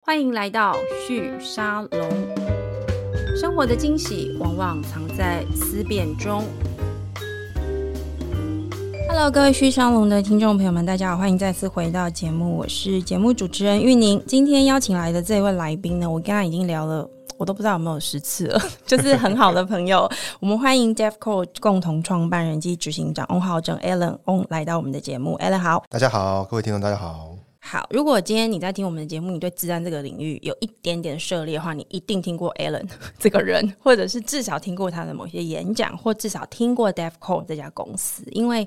欢迎来到旭沙龙。生活的惊喜往往藏在思辨中。Hello，各位旭沙龙的听众朋友们，大家好，欢迎再次回到节目，我是节目主持人玉宁。今天邀请来的这位来宾呢，我跟他已经聊了。我都不知道有没有十次 了，就是很好的朋友。我们欢迎 DevCo 共同创办人及执行长翁浩正 Alan 翁来到我们的节目。Alan 好，大家好，各位听众大家好。好，如果今天你在听我们的节目，你对治安这个领域有一点点涉猎的话，你一定听过 Alan 这个人，或者是至少听过他的某些演讲，或至少听过 DevCo 这家公司。因为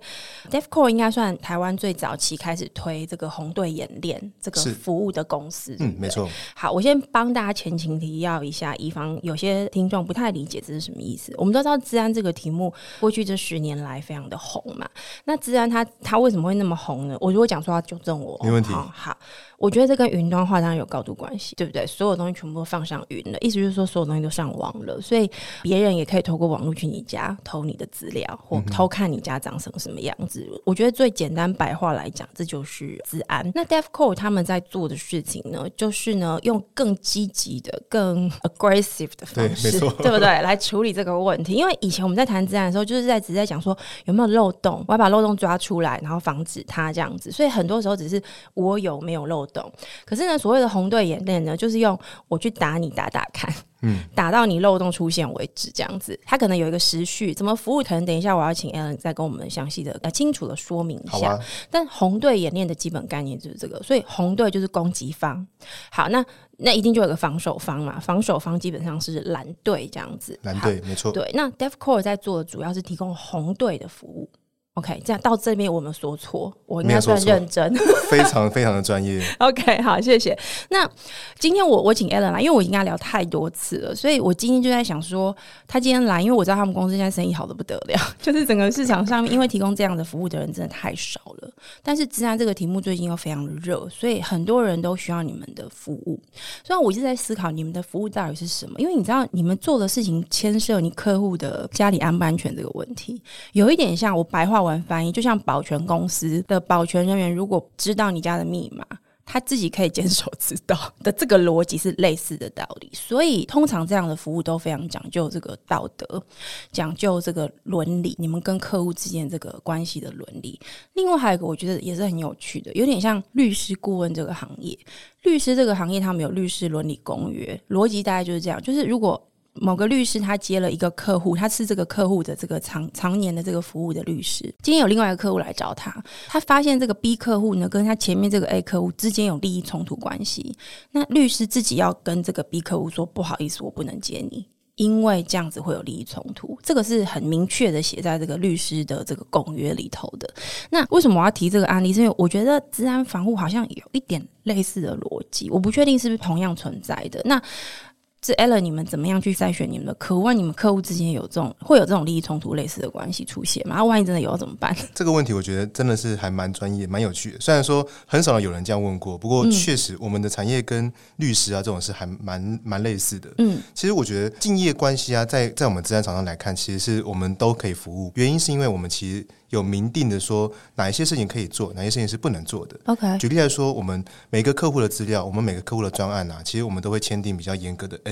DevCo 应该算台湾最早期开始推这个红队演练这个是服务的公司。嗯，没错，好，我先帮大家前情提要一下，以防有些听众不太理解这是什么意思。我们都知道治安这个题目过去这十年来非常的红嘛，那治安它它为什么会那么红呢？我如果讲错，要纠正我哦。没问题好，好我觉得这跟云端化当然有高度关系，对不对？所有东西全部都放上云了，意思就是说所有东西都上网了，所以别人也可以透过网络去你家偷你的资料嗯或偷看你家长成什么样子。我觉得最简单白话来讲，这就是治安。那 DevCo 他们在做的事情呢，就是呢用更积极的、更 aggressive 的方对式，没错 对不对？来处理这个问题。因为以前我们在谈治安的时候，就是在只在讲说有没有漏洞，我要把漏洞抓出来，然后防止它这样子。所以很多时候只是我有没有漏洞。可是呢，所谓的红队演练呢，就是用我去打你打打看，嗯，打到你漏洞出现为止，这样子。它可能有一个时序，怎么服务？可能等一下我要请 Alan 再跟我们详细的、呃清楚的说明一好下。啊，但红队演练的基本概念就是这个，所以红队就是攻击方。好，那那一定就有个防守方嘛，防守方基本上是蓝队这样子。蓝队没错好。，对，那 DevCore 在做的主要是提供红队的服务。OK，这样到这边我们说错，我应没该有算说错认真。非常非常的专业。 OK，好，谢谢。那今天我我请 Alan 来，因为我已经跟他聊太多次了，所以我今天就在想说，他今天来，因为我知道他们公司现在生意好的不得了， 就是整个市场上面，因为提供这样的服务的人真的太少了。但是治安这个题目最近又非常热，所以很多人都需要你们的服务。虽然我一直在思考你们的服务到底是什么，因为你知道你们做的事情牵涉你客户的家里安不安全这个问题，有一点像我白话文翻译，就像保全公司的保全人员如果知道你家的密码。他自己可以坚守自盗的这个逻辑是类似的道理，所以通常这样的服务都非常讲究这个道德，讲究这个伦理，你们跟客户之间这个关系的伦理。另外还有一个，我觉得也是很有趣的，有点像律师顾问这个行业。律师这个行业，他们有律师伦理公约，逻辑大概就是这样，就是如果。某个律师他接了一个客户，他是这个客户的这个常常年的这个服务的律师。今天有另外一个客户来找他，他发现这个 B 客户呢跟他前面这个 A 客户之间有利益冲突关系，那律师自己要跟这个 B 客户说不好意思，我不能接你。因为这样子会有利益冲突，这个是很明确的写在这个律师的这个公约里头的。那为什么我要提这个案例？是因为我觉得治安防护好像有一点类似的逻辑，我不确定是不是同样存在的。那这 Allen，你们怎么样去筛选你们的客户？万一你们客户之间有这种会有这种利益冲突类似的关系出现吗？啊万一真的有要怎么办？这个问题我觉得真的是还蛮专业、蛮有趣的。虽然说很少有人这样问过，不过嗯确实我们的产业跟律师啊这种是还蛮蛮类似的。嗯，其实我觉得竞业关系啊，在在我们资产厂商来看，其实是我们都可以服务。原因是因为我们其实有明定的说哪一些事情可以做，哪一些事情是不能做的。 OK，举例来说，我们每个客户的资料，我们每个客户的专案啊，其实我们都会签订比较严格的 NDA。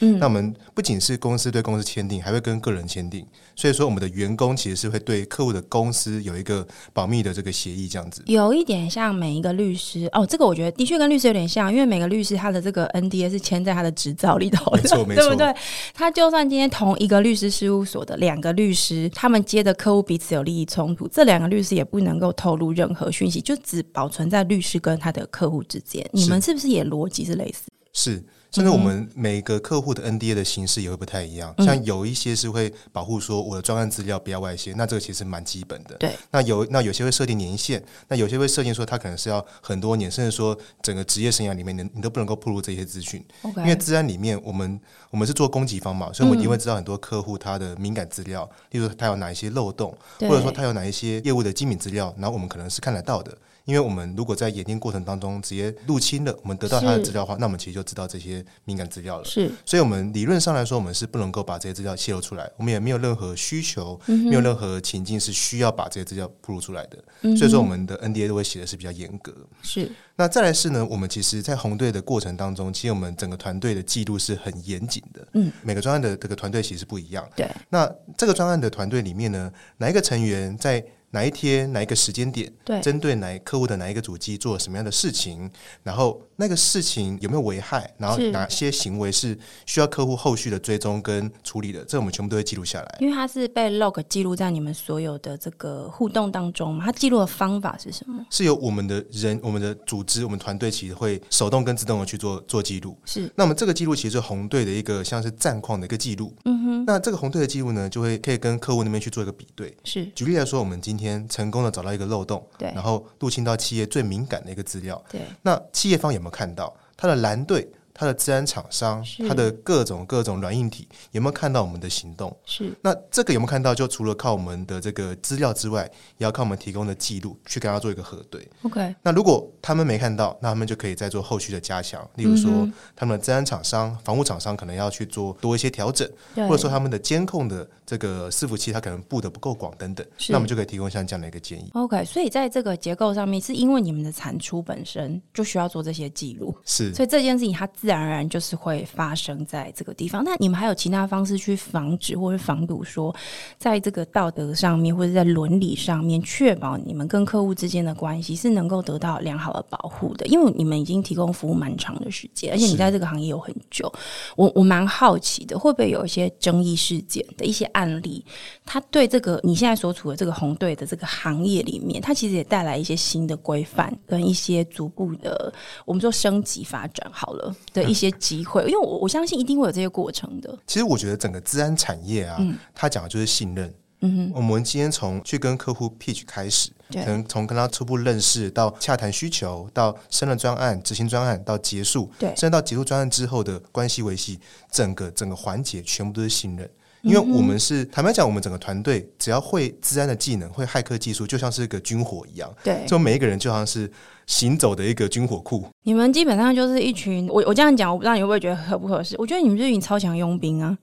嗯那我们不仅是公司对公司签订，还会跟个人签订。所以说，我们的员工其实是会对客户的公司有一个保密的这个协议，这样子。有一点像每一个律师哦，这个我觉得的确跟律师有点像，因为每个律师他的这个 NDA 是签在他的执照里头的，没错没 对不错对？他就算今天同一个律师事务所的两个律师，他们接的客户彼此有利益冲突，这两个律师也不能够透露任何讯息，就只保存在律师跟他的客户之间。你们是不是也逻辑是类似？是，甚至嗯我们每个客户的 NDA 的形式也会不太一样。像有一些是会保护说我的专案资料不要外泄，那这个其实蛮基本的。对，那有那有些会设定年限，那有些会设定说他可能是要很多年，甚至说整个职业生涯里面你你都不能够暴露这些资讯。 OK，因为治安里面，我们我们是做供给方嘛，所以我们一定会知道很多客户他的敏感资料，例如他有哪一些漏洞，对或者说他有哪一些业务的机密资料，然后我们可能是看得到的。因为我们如果在演练过程当中直接入侵了，我们得到他的资料的话，那我们其实就知道这些敏感资料了。是所以，我们理论上来说，我们是不能够把这些资料泄露出来，我们也没有任何需求，没有任何情境是需要把这些资料披露出来的。所以说，我们的 NDA 都会写的是比较严格。是那再来是呢，我们其实，在红队的过程当中，其实我们整个团队的记录是很严谨的。嗯，每个专案的这个团队其实不一样。对，那这个专案的团队里面呢，哪一个成员在哪一天、哪一个时间点，对针对哪一客户的哪一个主机做了什么样的事情，然后那个事情有没有危害，然后是哪些行为是需要客户后续的追踪跟处理的，这我们全部都会记录下来。因为它是被 log 记录在你们所有的这个互动当中嘛，它记录的方法是什么？是由我们的人、我们的组织、我们团队其实会手动跟自动的去做做记录。是那么这个记录其实是红队的一个像是战况的一个记录。嗯哼。那这个红队的记录呢，就会可以跟客户那边去做一个比对。是，举例来说，我们今天成功的找到一个漏洞，对然后入侵到企业最敏感的一个资料。对，那企业方有没有看到它的蓝队、它的治安厂商是、它的各种各种软硬体有没有看到我们的行动？是那这个有没有看到？就除了靠我们的这个资料之外，也要靠我们提供的记录去跟他做一个核对。 OK，那如果他们没看到，那他们就可以再做后续的加强，例如说嗯他们的治安厂商、防护厂商可能要去做多一些调整，对，或者说他们的监控的这个伺服器它可能布的不够广等等，是那我们就可以提供像这样的一个建议。 OK，所以在这个结构上面，是因为你们的产出本身就需要做这些记录，是所以这件事情它自然而然就是会发生在这个地方。那你们还有其他方式去防止或者防堵说，在这个道德上面或者在伦理上面，确保你们跟客户之间的关系是能够得到良好的保护的？因为你们已经提供服务蛮长的时间，而且你是在这个行业有很久，我我蛮好奇的，会不会有一些争议事件的一些案例，它对这个你现在所处的这个红队的这个行业里面，它其实也带来一些新的规范跟一些逐步的，我们说升级发展好了的一些机会，因为我我相信一定会有这些过程的。其实我觉得整个治安产业啊，它讲的就是信任。嗯我们今天从去跟客户 pitch 开始，对可能从跟他初步认识到洽谈需求，到升了专案、执行专案，到结束，对甚至到结束专案之后的关系维系，整个整个环节全部都是信任。因为我们是、坦白讲，我们整个团队只要会治安的技能，会骇客技术，就像是一个军火一样，对，就每一个人就好像是行走的一个军火 库，你们基本上就是一群，我我这样讲，我不知道你会不会觉得合不合适？我觉得你们就是一群超强佣兵啊，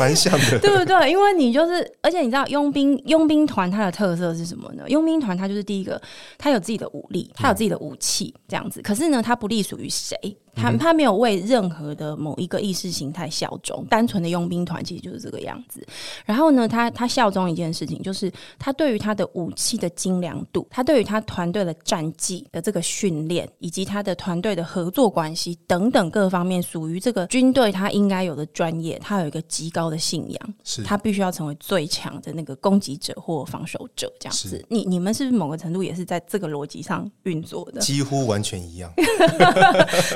蛮像的。 对不对？因为你就是，而且你知道佣兵佣兵团它的特色是什么呢？佣兵团它就是第一个，它有自己的武力，它有自己的武器，这样子。可是呢，它不隶属于谁，它它没有为任何的某一个意识形态效忠。单纯的佣兵团其实就是这个样子。然后呢，他他效忠一件事情，就是他对于他的武器的精良度，他对于他团队的战绩的这个训练，以及他的团队的合作关系等等各方面，属于这个军队他应该有的专业，他有一个极高的信仰，是他必须要成为最强的那个攻击者或防守者这样子是。你你们是不是某个程度也是在这个逻辑上运作 的？几乎完全嗯一样。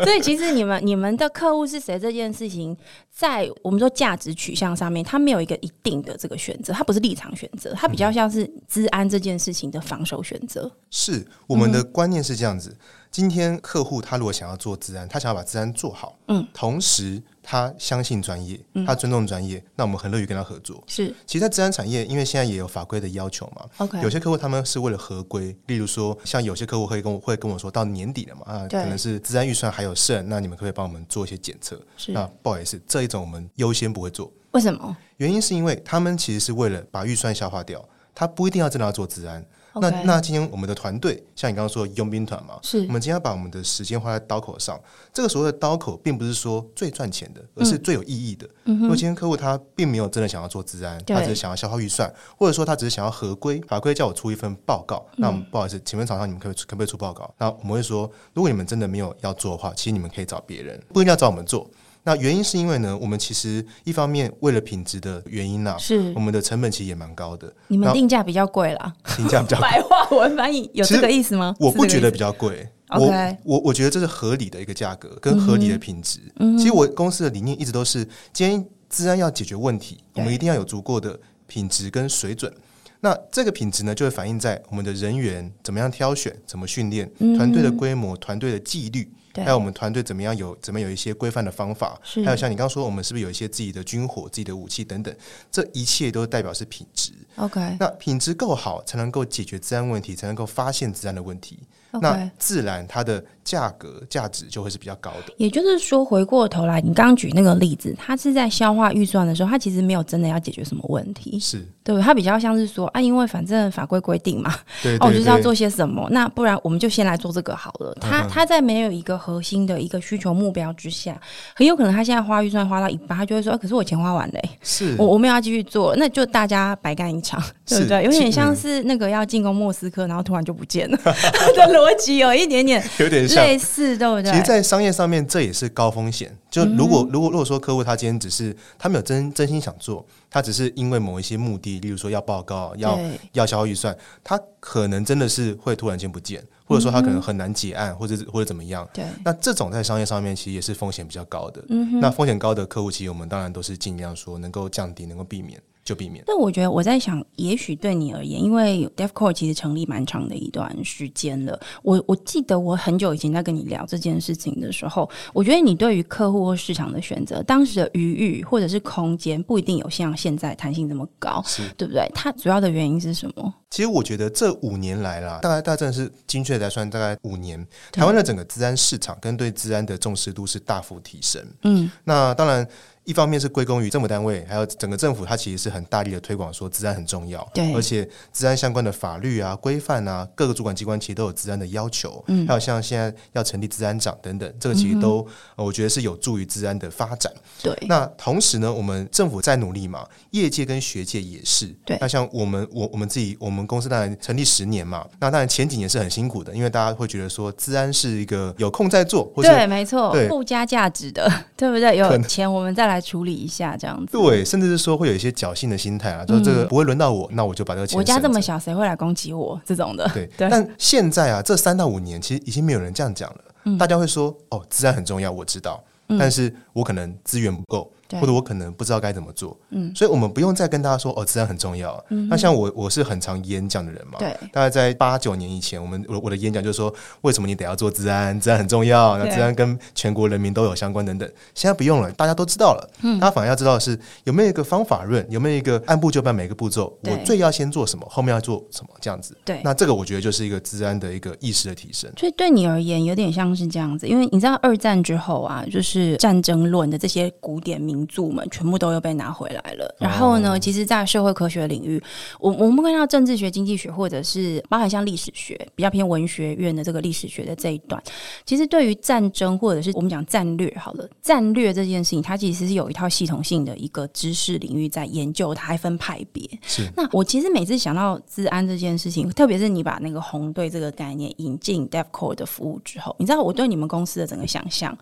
所以其实你们你们的客户是谁这件事情，在我们说价值取向上面，它没有一个一定的这个选择，它不是立场选择，它比较像是治安这件事情的防守选择。是我们嗯的观念是这样子：今天客户他如果想要做治安，他想要把治安做好，嗯，同时他相信专业，他尊重专业，那我们很乐于跟他合作。是其实，在治安产业，因为现在也有法规的要求嘛。 OK，有些客户他们是为了合规，例如说，像有些客户会跟我会跟我说，到年底了嘛，啊，对可能是治安预算还有剩，那你们可不可以帮我们做一些检测？是那不好意思，这一种我们优先不会做，为什么原因是因为他们其实是为了把预算消化掉，他不一定要真的要做治安。 ？OK，那那今天我们的团队，像你刚刚说的佣兵团嘛，是我们今天要把我们的时间花在刀口上。这个所谓的刀口，并不是说最赚钱的，而嗯是最有意义的。如果今天客户他并没有真的想要做治安，对他只是想要消耗预算，或者说他只是想要合规，法规叫我出一份报告，那嗯我们不好意思，请问厂商你们可不可以出可不可以出报告？那我们会说，如果你们真的没有要做的话，其实你们可以找别人，不一定要找我们做。那原因是因为呢，我们其实一方面为了品质的原因呐、是我们的成本其实也蛮高的，你们那定价比较贵 啦，评价比 较白话文翻译有其实这个意思吗？我是不这个觉意得思比较贵。我 OK 嗯我我觉得这是合理的一个价格跟合理的品质。其实我公司的理念一直都是，今天治安要解决问题，我们一定要有足够的品质跟水准。那这个品质呢，就会反映在我们的人员怎么样挑选、怎么训练、团队的规模、团队的纪律，嗯对还有我们团队怎么样有怎么有一些规范的方法，是还有像你刚刚说，我们是不是有一些自己的军火、自己的武器等等，这一切都代表是品质。 OK，那品质够好，才能够解决治安问题，才能够发现治安的问题。那自然它的价格价值就会是比较高的。也就是说，回过头来，你刚刚举那个例子，它是在消化预算的时候，它其实没有真的要解决什么问题，是对不对？它比较像是说啊，因为反正法规规定嘛，对哦，我对就是要对，做些什么，那不然我们就先来做这个好了。他嗯哼他在没有一个核心的一个需求目标之下，很有可能他现在花预算花到一半，他就会说，啊可是我钱花完了欸、是我我没有要继续做，那就大家白干一场，对不是对？有点是像嗯是那个要进攻莫斯科，然后突然就不见了 的逻辑，有一点 点有点像。类似，对不对嗯其？实，在商业上面，这也是高风险。就如果、如果如果说客户他今天只是他没有真真心想做，他只是因为某一些目的，例如说要报告、要对要消耗预算，他可能真的是会突然间不见，或者说他可能很难结案，或者或者怎么样。对，那这种在商业上面其实也是风险比较高的。嗯、那风险高的客户，其实我们当然都是尽量说能够降低，能够避免就避免。但我觉得我在想，也许对你而言，因为 DefCore 其实成立蛮长的一段时间了。我我记得我很久以前在跟你聊这件事情的时候，我觉得你对于客户或市场的选择，当时的余裕或者是空间，不一定有像现在弹性这么高，对不对？它主要的原因是什么？其实我觉得这五年来啦，大概大概真的是精确来算，大概五年，台湾的整个治安市场跟对治安的重视度是大幅提升。嗯，那当然，一方面是归功于政府单位，还有整个政府，它其实是很大力的推广说治安很重要，对而且治安相关的法律啊、规范啊，各个主管机关其实都有治安的要求，嗯还有像现在要成立治安长等等，这个其实都、呃我觉得是有助于治安的发展。对，那同时呢，我们政府在努力嘛，业界跟学界也是。对那像我们我我们自己，我们公司当然成立十年嘛，那当然前几年是很辛苦的，因为大家会觉得说治安是一个有空在做，或是对，没错，对附加价值的， 对不对？有可能钱我们再来处理一下，这样子。对，甚至是说会有一些侥幸的心态啊，就是这个不会轮到我，那我就把这个钱嗯我家省这么着小，谁会来攻击我？这种的，对， 对但现在啊，这三到五年其实已经没有人这样讲了，嗯大家会说哦，治安很重要，我知道，但是我可能资源不够，对嗯或者我可能不知道该怎么做，所以我们不用再跟大家说哦，治安很重要。那像我，我是很常演讲的人嘛，对大概在八九年以前，我们我我的演讲就是说，为什么你得要做治安？治安很重要，那对治安跟全国人民都有相关等等。现在不用了，大家都知道了，嗯大家反而要知道的是有没有一个方法论，有没有一个按部就班每个步骤，对我最要先做什么，后面要做什么这样子。对那这个我觉得就是一个治安的一个意识的提升。所以对你而言，有点像是这样子，因为你知道二战之后啊，就是战争论的这些古典名著们，全部都又被拿回来了。然后呢，其实，在社会科学领域，我我们看到政治学、经济学，或者是包含像历史学，比较偏文学院的这个历史学的这一段，其实对于战争或者是我们讲战略好了，战略这件事情，它其实是有一套系统性的一个知识领域在研究，它还分派别。是那我其实每次想到治安这件事情，特别是你把那个红队这个概念引进 DevCore 的服务之后，你知道我对你们公司的整个想象，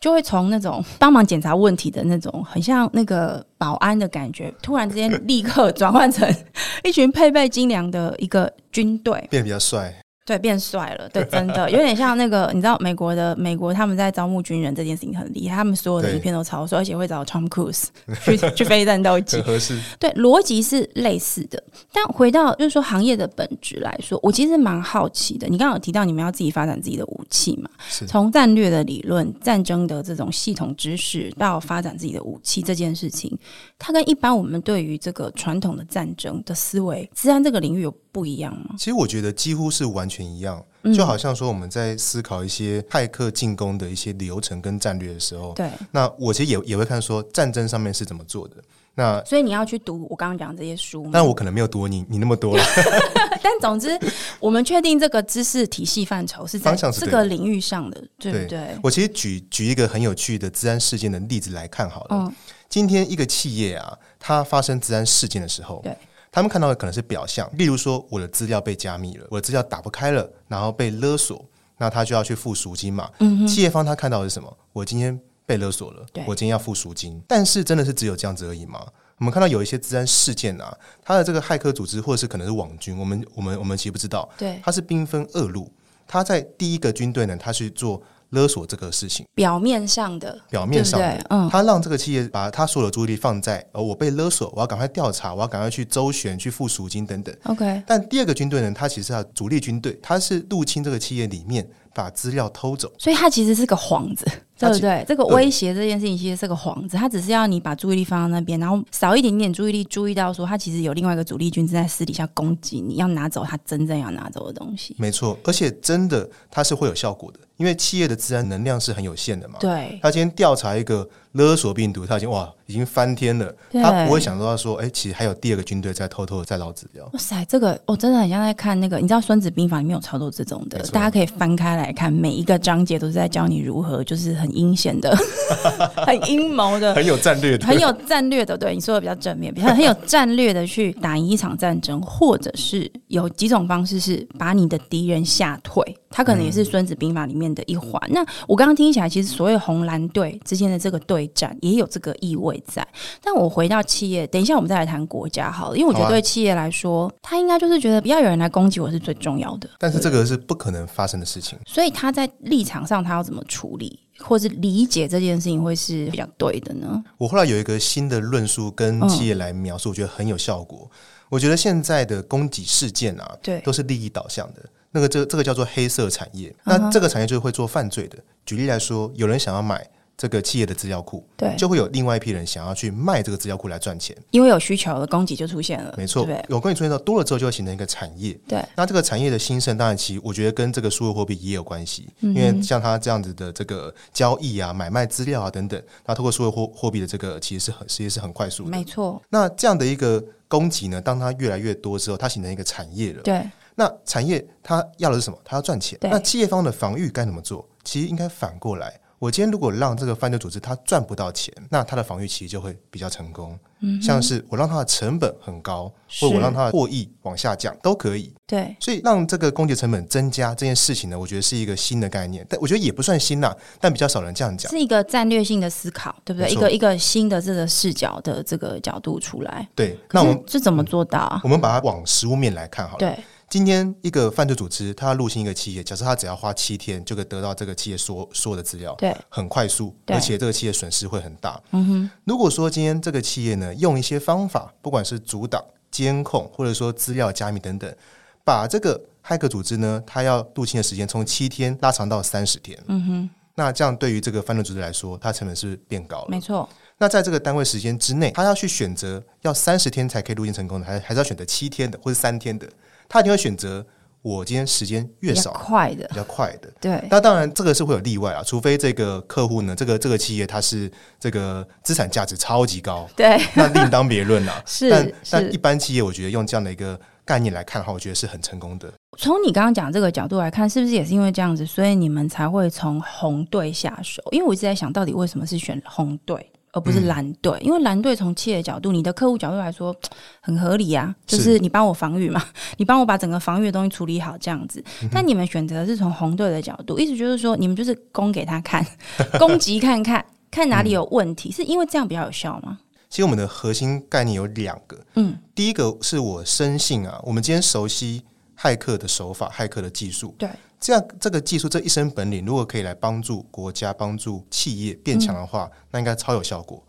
就会从那种帮忙检查问题的那种，很像那个保安的感觉，突然之间立刻转换成一群配备精良的一个军队，变得比较帅，对，变帅了，对，真的有点像那个，你知道美国的美国他们在招募军人这件事情很厉害，他们所有的对影片都超帅，而且会找 Tom Cruise 去去飞战斗机很，合适。对，逻辑是类似的。但回到就是说行业的本质来说，我其实蛮好奇的。你刚刚有提到你们要自己发展自己的武器嘛？是从战略的理论、战争的这种系统知识，到发展自己的武器这件事情，它跟一般我们对于这个传统的战争的思维、治安这个领域有不一样吗？其实我觉得几乎是完全一样，就好像说我们在思考一些骇客进攻的一些流程跟战略的时候，对，那我其实也也会看说战争上面是怎么做的。那所以你要去读我刚刚讲的这些书嘛。但我可能没有多你你那么多了， 但总之，我们确定这个知识体系范畴是在方向是这对个领域上的，对不对对？我其实举举一个很有趣的治安事件的例子来看好了。嗯今天一个企业啊，它发生治安事件的时候，对他们看到的可能是表象，例如说我的资料被加密了，我的资料打不开了，然后被勒索，那他就要去付赎金嘛。企业方他看到的是什么？我今天被勒索了嗯对，我今天要付赎金，但是真的是只有这样子而已吗？我们看到有一些治安事件啊，它的这个骇客组织或者是可能是网军，我们我们我们其实不知道，对，它是兵分二路。他在第一个军队呢，他去做勒索这个事情，表面上的，表面上对不对？嗯，他让这个企业把他所有的注意力放在，哦，我被勒索，我要赶快调查，我要赶快去周旋，去付赎金等等。 OK，但第二个军队呢，他其实他主力军队，他是入侵这个企业里面，把资料偷走。所以它其实是个幌子，对它不其对？这个威胁这件事情其实是个幌子，它只是要你把注意力放在那边，然后少一点点注意力，注意到说它其实有另外一个主力军正在私底下攻击你，要拿走他真正要拿走的东西。没错，而且真的它是会有效果的，因为企业的自然能量是很有限的嘛。对，他今天调查一个勒索病毒，他已经哇已经翻天了，对他不会想到说，哎、其实还有第二个军队在偷偷的在捞资料。哇塞，这个我、哦真的很像在看那个，你知道《孙子兵法》里面有超多这种的没，错大家可以翻开来看，每一个章节都是在教你如何就是很阴险的、 很阴谋的、 很有战 略的，很有战略的，对你说的比较正面，比较很有战略的去打赢一场战争，或者是有几种方式是把你的敌人吓退，它可能也是《孙子兵法》里面的一环。那我刚刚听起来，其实所谓红蓝队之间的这个对战也有这个意味在。但我回到企业，等一下我们再来谈国家好了，因为我觉得好啊对企业来说，他应该就是觉得不要有人来攻击我是最重要的。但是这个是不可能发生的事情。所以他在立场上，他要怎么处理，或是理解这件事情，会是比较对的呢？我后来有一个新的论述跟企业来描述，我觉得很有效果。我觉得现在的供给事件啊，对都是利益导向的。那个这这个叫做黑色产业，嗯那这个产业就是会做犯罪的。举例来说，有人想要买这个企业的资料库，对，就会有另外一批人想要去卖这个资料库来赚钱。因为有需求了，供给就出现了，没错对不，有供应出现到多了之后，就会形成一个产业。对，那这个产业的兴盛，当然其实我觉得跟这个数字货币也有关系，嗯因为像它这样子的这个交易啊、买卖资料啊等等，那透过数字货货币的这个其实是很其实是很快速对？的。没错，那这样的一个供给呢，当它越来越多之后，它形成一个产业了。对，那产业它要的是什么？它要赚钱。对那企业方的防御该怎么做？其实应该反过来。我今天如果让这个犯罪组织它赚不到钱，那它的防御其实就会比较成功。嗯、像是我让它的成本很高，是或我让它的获益往下降都可以。对，所以让这个攻击成本增加这件事情呢，我觉得是一个新的概念，但我觉得也不算新啦，但比较少人这样讲。是一个战略性的思考，对不对？没一错个一个新的这个视角的这个角度出来，对，可那是我们这怎么做到啊？我们把它往食物面来看好了。对，今天一个犯罪组织，它要入侵一个企业，假设它只要花七天就可以得到这个企业所所有的资料，对，很快速，对而且这个企业损失会很大。嗯哼，如果说今天这个企业呢，用一些方法，不管是阻挡、监控，或者说资料加密等等，把这个骇客组织呢，它要入侵的时间从七天拉长到三十天。嗯哼，那这样对于这个犯罪组织来说，它成本是不是变高了。没错，那在这个单位时间之内，他要去选择要三十天才可以入境成功的，还还是要选择七天的或者三天的，他一定会选择我今天时间越比较少快的比，较快的。 对，那当然，这个是会有例外啊，除非这个客户呢，这个这个企业它是这个资产价值超级高， 对，。那另当别论啦是但是但一般企业，我觉得用这样的一个概念来看的话，我觉得是很成功的。从你刚刚讲这个角度来看，是不是也是因为这样子，所以你们才会从红队下手？因为我一直在想，到底为什么是选红队而不是蓝队？因为蓝队从企业角度、你的客户角度来说，很合理啊，就是是你帮我防御嘛，你帮我把整个防御的东西处理好这样子。但你们选择的是从红队的角度，意思就是说，你们就是攻给他看，攻击看看，看哪里有问题，是因为这样比较有效吗？其实我们的核心概念有两个，嗯，第一个是我深信啊，我们今天熟悉骇客的手法、骇客的技术，对，这样这个技术这一身本领，如果可以来帮助国家、帮助企业变强的话，那应该超有效果。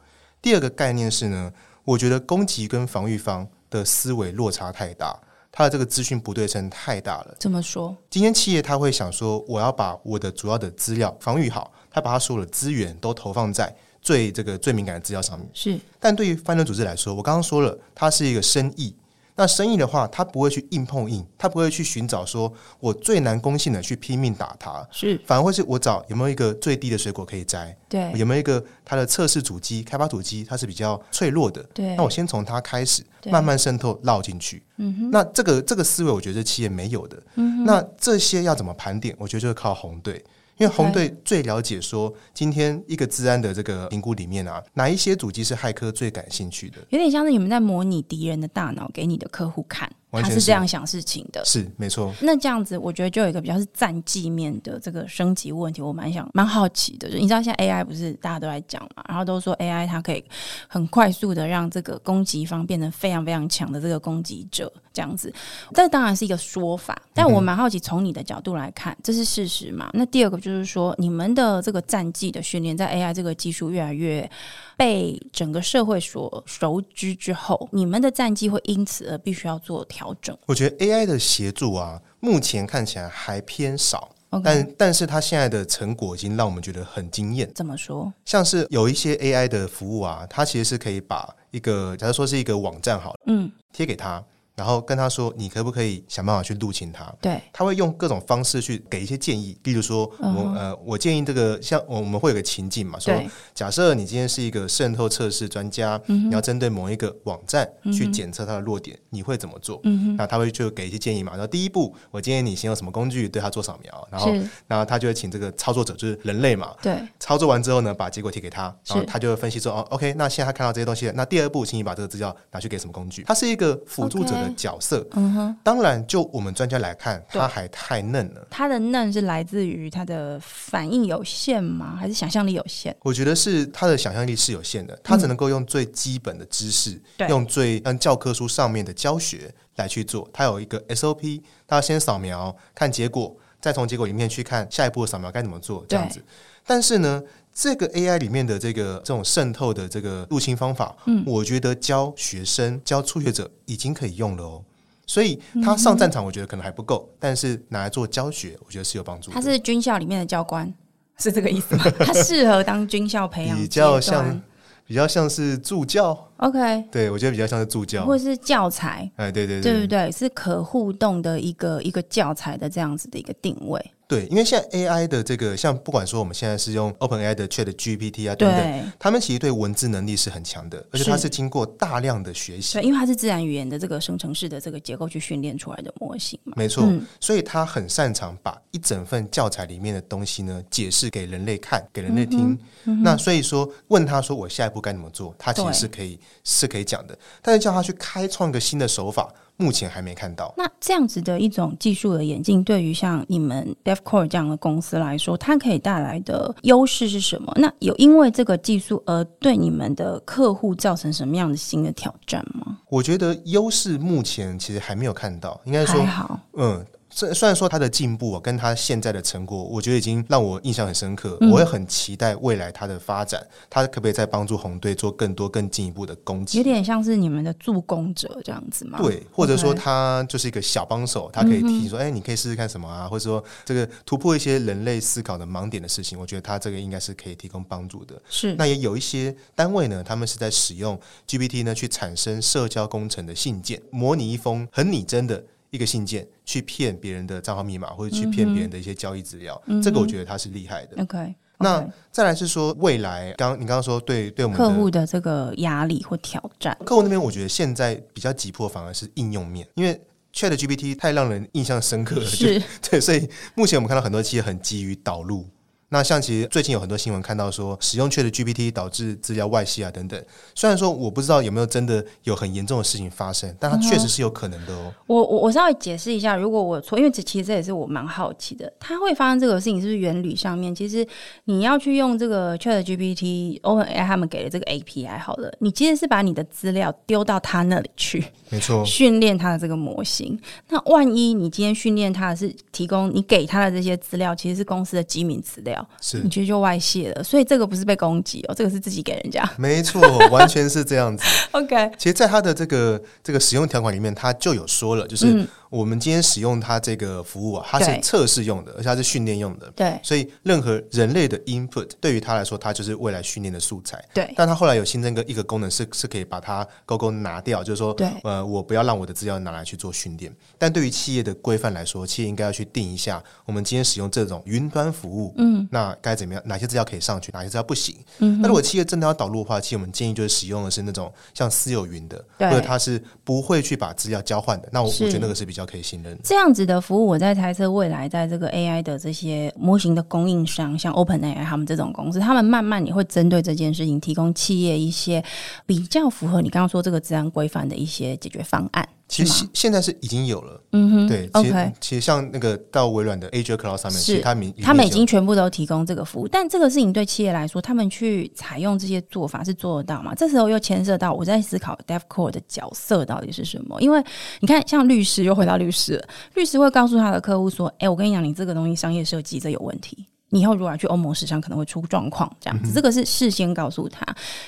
第二个概念是呢，我觉得攻击跟防御方的思维落差太大，他的这个资讯不对称太大了。这么说，今天企业他会想说，我要把我的主要的资料防御好，他把他所有的资源都投放在最这个最敏感的资料上面。是但对于犯罪组织来说，我刚刚说了，它是一个生意。那生意的话，它不会去硬碰硬，它不会去寻找说我最难攻性的去拼命打它，是，反而会是我找有没有一个最低的水果可以摘，对有没有一个它的测试主机、开发主机它是比较脆弱的，对那我先从它开始，对慢慢渗透绕进去。嗯哼，那这个这个思维，我觉得是企业没有的。嗯，那这些要怎么盘点？我觉得就是靠红队。因为红队最了解说，今天一个治安的这个评估里面啊，哪一些主机是骇客最感兴趣的？有点像是你们在模拟敌人的大脑给你的客户看，完他全是是这样想事情的。是没错，那这样子，我觉得就有一个比较是战绩面的这个升级问题，我蛮想蛮好奇的。就你知道现在 AI 不是大家都在讲嘛，然后都说 AI 它可以很快速的让这个攻击方变成非常非常强的这个攻击者，这样子。这当然是一个说法，但我蛮好奇，从你的角度来看，这是事实嘛？那第二个就是说，你们的这个战绩的训练，在 AI 这个技术越来越被整个社会所熟知之后，你们的战绩会因此而必须要做调整。我觉得 AI 的协助啊，目前看起来还偏少。 OK 但但是它现在的成果已经让我们觉得很惊艳。怎么说？像是有一些 AI 的服务啊，它其实是可以把一个，假如说是一个网站好了，嗯，贴给他，然后跟他说，你可不可以想办法去入侵它？对，他会用各种方式去给一些建议，例如说，我、呃，我建议这个像我们会有个情境嘛，说嗯对嗯假设你今天是一个渗透测试专家，你要针对某一个网站去检测它的弱点，你会怎么做？嗯那他会就给一些建议嘛。然后第一步，我建议你先用什么工具对它做扫描，然后是然后他就会请这个操作者就是人类嘛。对，操作完之后呢，把结果贴给他，然后是他就会分析说，哦，OK，那现在他看到这些东西了，那第二步，请你把这个资料拿去给什么工具？它是一个辅助者的 OK 角色，嗯哼。当然，就我们专家来看，对他还太嫩了。它的嫩是来自于它的反应有限吗？还是想象力有限？我觉得是他的想象力是有限的，他只能够用最基本的知识，嗯对用最按教科书上面的教学来去做。他有一个 SOP，他要先扫描看结果，再从结果里面去看下一步的扫描该怎么做，这样子。但是呢，这个 AI 里面的这个这种渗透的这个入侵方法，嗯我觉得教学生、教初学者已经可以用了哦。所以嗯他上战场，我觉得可能还不够，但是拿来做教学，我觉得是有帮助的。他是军校里面的教官，是这个意 思吗？他适合当军校培养比阶较段，像，比较像是助教， OK，对我觉得比较像是助教或。者是教材，哎，对对对对不对？是可互动的一个一个教材的这样子的一个定位，对，因为现在 AI 的这个，像不管说我们现在是用 OpenAI 的 Chat GPT 啊等等，对他们其实对文字能力是很强的，而且是它是经过大量的学习对，，因为它是自然语言的这个生成式的这个结构去训练出来的模型嘛。没错，所以他很擅长把一整份教材里面的东西呢解释给人类看，给人类嗯听。那所以说，问他说我下一步该怎么做，他其实对是可以是可以讲的，但是叫他去开创一个新的手法，目前还没看到。那这样子的一种技术的演进，对于像你们 DevCore 这样的公司来说，它可以带来的优势是什么？那有因为这个技术而对你们的客户造成什么样的新的挑战吗？我觉得优势目前其实还没有看到，应该还说，好，嗯，虽虽然说他的进步、啊、跟他现在的成果，我觉得已经让我印象很深刻，嗯我会很期待未来他的发展，他可不可以再帮助红队做更多、更进一步的攻击有？点像是你们的助攻者这样子吗？对，或者说 OK 嗯他就是一个小帮手，他可以提醒说，哎、你可以试试看什么啊，或者说这个突破一些人类思考的盲点的事情，我觉得他这个应该是可以提供帮助的。是那也有一些单位呢，他们是在使用 GPT 呢去产生社交工程的信件，模拟一封很拟真的一个信件，去骗别人的账号密码或者去嗯骗别人的一些交易资料。这个我觉得他是厉害的。 OK。那再来是说未来，刚你刚刚说对对我们的客户的这个压力或挑战，客户那边，我觉得现在比较急迫反而是应用面，因为 Chat GPT 太让人印象深刻了，就是 对，所以目前我们看到很多企业很急于导入。那像其实最近有很多新闻看到说，使用 Chat GPT 导致资料外泄啊等等。虽然说我不知道有没有真的有很严重的事情发生，但它确实是有可能的哦。我我我稍微解释一下，如果我有错，因为这其实这也是我蛮好奇的，它会发生这个事情是不是原理上面？其实你要去用这个 Chat GPT、OpenAI 哦哎他们给的这个 API 好了，你其实是把你的资料丢到它那里去没错，训练它的这个模型。那万一你今天训练它的是提供你给它的这些资料，其实是公司的机密资料，是你其实就外泄了。所以这个不是被攻击哦，这个是自己给人家。没错，完全是这样子。 OK，其实，在它的这个这个使用条款里面，它就有说了，就是我们今天使用它这个服务啊，它是对测试用的，而且它是训练用的。对所以任何人类的 input 对于他来说，它就是未来训练的素材。对但它后来有新增个一个功能是是可以把它勾勾拿掉，就是说对，呃，我不要让我的资料拿来去做训练。但对于企业的规范来说，企业应该要去定一下，我们今天使用这种云端服务，嗯，那该怎么样？哪些资料可以上去，哪些资料不行？嗯，那如果企业真的要导入的话，其实我们建议就是使用的是那种像私有云的，对或者它是不会去把资料交换的。那我我是觉得那个是比较可以信任的。这样子的服务，我在猜测未来在这个 AI 的这些模型的供应商，像 OpenAI 他们这种公司，他们慢慢也会针对这件事情提供企业一些比较符合你刚刚说这个治安规范的一些解决方案。其实是现现在是已经有了，嗯哼，对，其实、 ，OK。其实像那个到微软的 Azure Cloud 上面，是其实他们他们已有经全部都提供这个服务，但这个事情对企业来说，他们去采用这些做法是做得到吗？这时候又牵涉到我在思考 DevCore 的角色到底是什么，因为你看，像律师又回到律师了，律师会告诉他的客户说：“哎、我跟你讲，你这个东西商业设计这有问题。”你以后如果要去欧盟市场，可能会出状况，这嗯样子，这个是事先告诉他，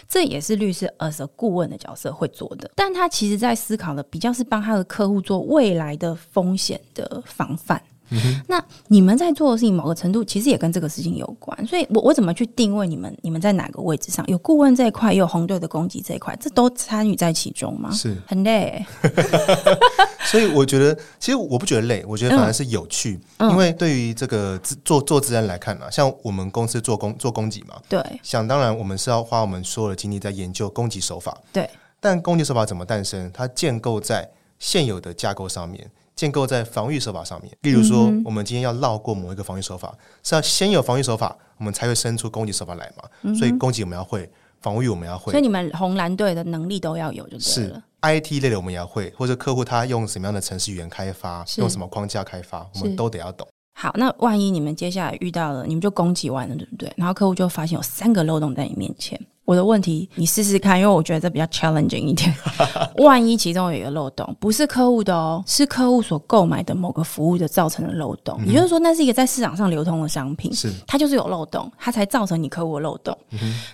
这也是律师 as a 顾问的角色会做的。但他其实在思考的比较是帮他的客户做未来的风险的防范。嗯那你们在做的事情，某个程度其实也跟这个事情有关。所以我我怎么去定位你们？你们在哪个位置上？有顾问这一块，也有红队的攻击这一块，这都参与在其中吗？是很累、所以我觉得，其实我不觉得累，我觉得反而是有趣，因为对于这个自做做自然来看呢、像我们公司做供做供给嘛，对想当然我们是要花我们所有的精力在研究供给手法，对，但攻击手法怎么诞生？它建构在现有的架构上面，建构在防御手法上面。例如说，我们今天要绕过某一个防御手法，是要先有防御手法，我们才会生出攻击手法来嘛。所以攻击我们要会，防御我们要所以会，你们红蓝队的能力都要有，就对是了。 IT 类的我们也要会，或者客户他用什么样的程式语言开发，是用什么框架开发，我是们都得要懂。好，那万一你们接下来遇到了，你们就攻击完了，对不对？然后客户就发现有三个漏洞在你面前。我的问题，你试试看，因为我觉得这比较 challenging 一点。万一其中有一个漏洞，不是客户的哦，是客户所购买的某个服务的造成的漏洞，也就是说，那是一个在市场上流通的商品，是它就是有漏洞，它才造成你客户的漏洞。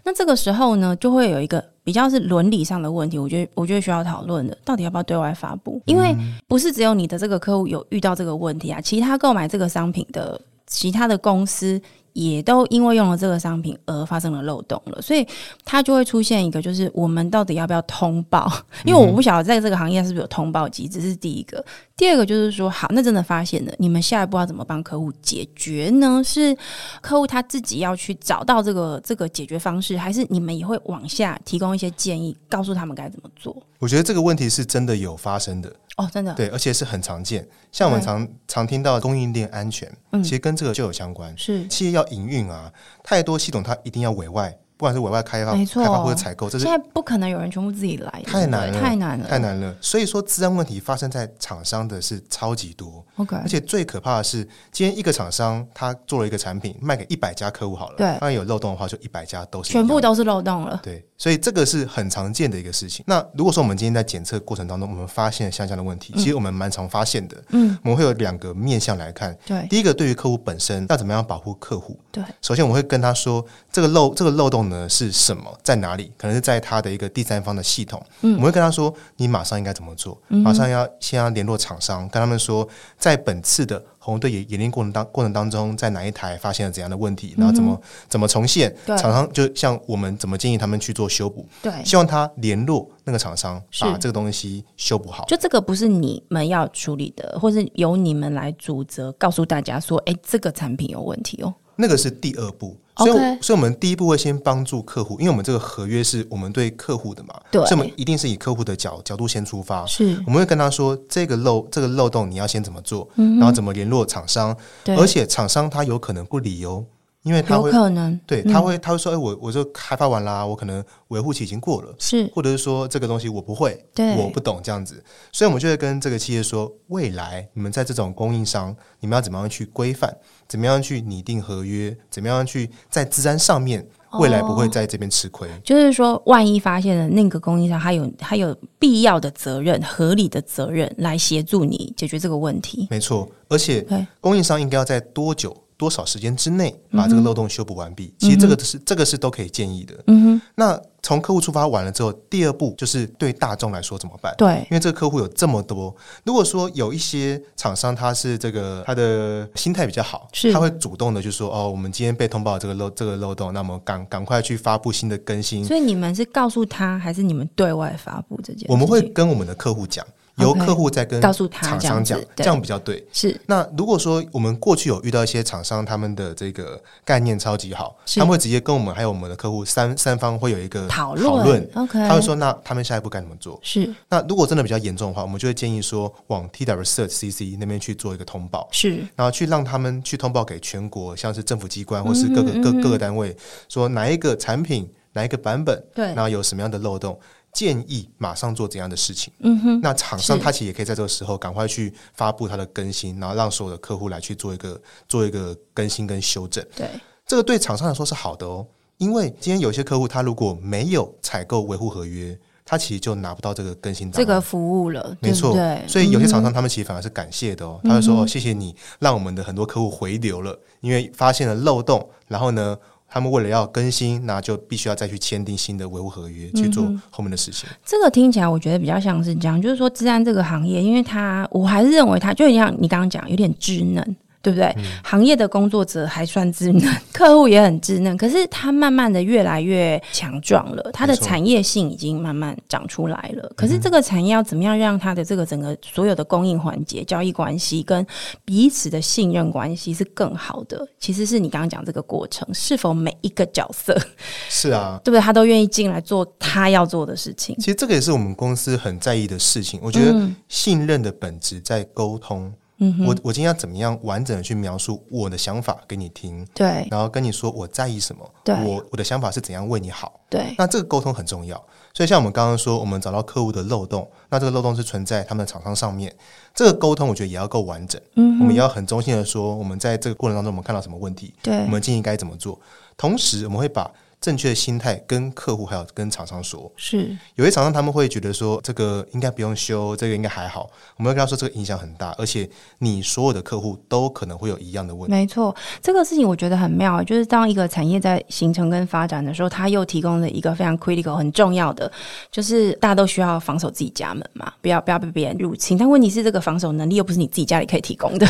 那这个时候呢，就会有一个比较是伦理上的问题，我觉得我觉得需要讨论的，到底要不要对外发布？因为不是只有你的这个客户有遇到这个问题啊，其他购买这个商品的其他的公司。也都因为用了这个商品而发生了漏洞了，所以它就会出现一个，就是我们到底要不要通报？因为我不晓得在这个行业是不是有通报机制，这是第一个。第二个就是说，好，那真的发现了，你们下一步要怎么帮客户解决呢？是客户他自己要去找到这个这个解决方式，还是你们也会往下提供一些建议，告诉他们该怎么做？我觉得这个问题是真的有发生的，哦，真的，对，而且是很常见。像我们对嗯常常听到供应链安全，其实跟这个就有相关。是企业要营运啊，太多系统它一定要委外，不管是委外开发、没错开发或者采购，这现是在不可能有人全部自己来，太难对了，不对太难了，太难了。所以说，治安问题发生在厂商的是超级多， OK，而且最可怕的是，今天一个厂商他做了一个产品，卖给一百家客户好了，对当然有漏洞的话，就一百家都是一样全部都是漏洞了。对，所以这个是很常见的一个事情。那如果说我们今天在检测过程当中，我们发现像这样的问题，其实我们蛮常发现的。嗯，我们会有两个面向来看。对第一个，对于客户本身要怎么样保护客户？对，首先我会跟他说，这个漏这个漏洞呢是什么，在哪里？可能是在他的一个第三方的系统。嗯，我会跟他说，你马上应该怎么做？嗯马上要先要联络厂商，跟他们说，在本次的红队演演练过程当过程当中，在哪一台发现了怎样的问题，然后怎么、怎么重现？嗯对厂商就像我们怎么建议他们去做修补，对，希望他联络那个厂商是把这个东西修补好。就这个不是你们要处理的，或是由你们来主责，告诉大家说，哎、这个产品有问题哦。那个是第二步。所 OK 以我，所以我们第一步会先帮助客户，因为我们这个合约是我们对客户的嘛，对所以我们一定是以客户的角角度先出发。是，我们会跟他说，这个漏这个漏洞你要先怎么做，然后怎么联络厂商，嗯对，而且厂商他有可能不理由，因为他有会可能嗯对他会他会说，哎、我我就开发完啦，我可能维护期已经过了，是或者是说这个东西我不会，对我不懂这样子，所以我们就会跟这个企业说，未来你们在这种供应商，你们要怎么样去规范，怎么样去拟定合约，怎么样去在资安上面，未来不会在这边吃亏。就是说，万一发现了那个供应商，他有他有必要的责任、合理的责任来协助你解决这个问题。没错，而且对，供应商应该要在多久、多少时间之内把这个漏洞修补完毕？其实这个是、这个是都可以建议的。嗯哼，那从客户出发完了之后，第二步就是对大众来说怎么办？对，因为这个客户有这么多，如果说有一些厂商他是这个他的心态比较好，是他会主动的就说哦，我们今天被通报这个漏这个漏洞，那么赶赶快去发布新的更新。所以你们是告诉他，还是你们对外发布这件事情？我们会跟我们的客户讲，由 OK，客户再跟告诉他厂这样商子讲，对这样比较对。是那如果说我们过去有遇到一些厂商，他们的这个概念超级好，是他们会直接跟我们还有我们的客户三三方会有一个讨论，论，OK，他会说那他们下一步该怎么做？是那如果真的比较严重的话，我们就会建议说往 TW Search CC 那边去做一个通报。是然后去让他们去通报给全国，像是政府机关或是各个嗯各各个单位，说哪一个产品、哪一个版本，对然后有什么样的漏洞，建议马上做怎样的事情。嗯哼，那厂商他其实也可以在这个时候赶快去发布它的更新，然后让所有的客户来去做一个做一个更新跟修正。对这个对厂商来说是好的哦，因为今天有些客户他如果没有采购维护合约，他其实就拿不到这个更新档这案。个服务了，没对错不对，所以有些厂商他们其实反而是感谢的哦，他会说、哦、谢谢你让我们的很多客户回流了，因为发现了漏洞，然后呢，他们为了要更新，那就必须要再去签订新的维护合约去做后面的事情。这个听起来我觉得比较像是这样，就是说治安这个行业，因为它我还是认为它就像你刚刚讲，有点稚嫩。对不对？行业的工作者还算稚嫩，客户也很稚嫩，可是他慢慢的越来越强壮了，他的没错产业性已经慢慢长出来了。嗯可是这个产业要怎么样让它的这个整个所有的供应环节、交易关系跟彼此的信任关系是更好的？其实是你刚刚讲这个过程，是否每一个角色， 是啊，对不对？他都愿意进来做他要做的事情。其实这个也是我们公司很在意的事情。我觉得信任的本质在沟通。嗯、我我今天要怎么样完整的去描述我的想法给你听，对然后跟你说我在意什么，对我我的想法是怎样为你好。对，那这个沟通很重要。所以像我们刚刚说，我们找到客户的漏洞，那这个漏洞是存在他们的厂商上面。这个沟通我觉得也要够完整，嗯我们也要很中性的说，我们在这个过程当中我们看到什么问题，对我们建议该怎么做。同时，我们会把正确的心态跟客户还有跟厂商说。是有些厂商他们会觉得说，这个应该不用修，这个应该还好。我们会跟他说，这个影响很大，而且你所有的客户都可能会有一样的问题。没错，这个事情我觉得很妙，欸就是当一个产业在形成跟发展的时候，它又提供了一个非常 critical 很重要的，就是大家都需要防守自己家门嘛，不要不要被别人入侵。但问题是，这个防守能力又不是你自己家里可以提供 的，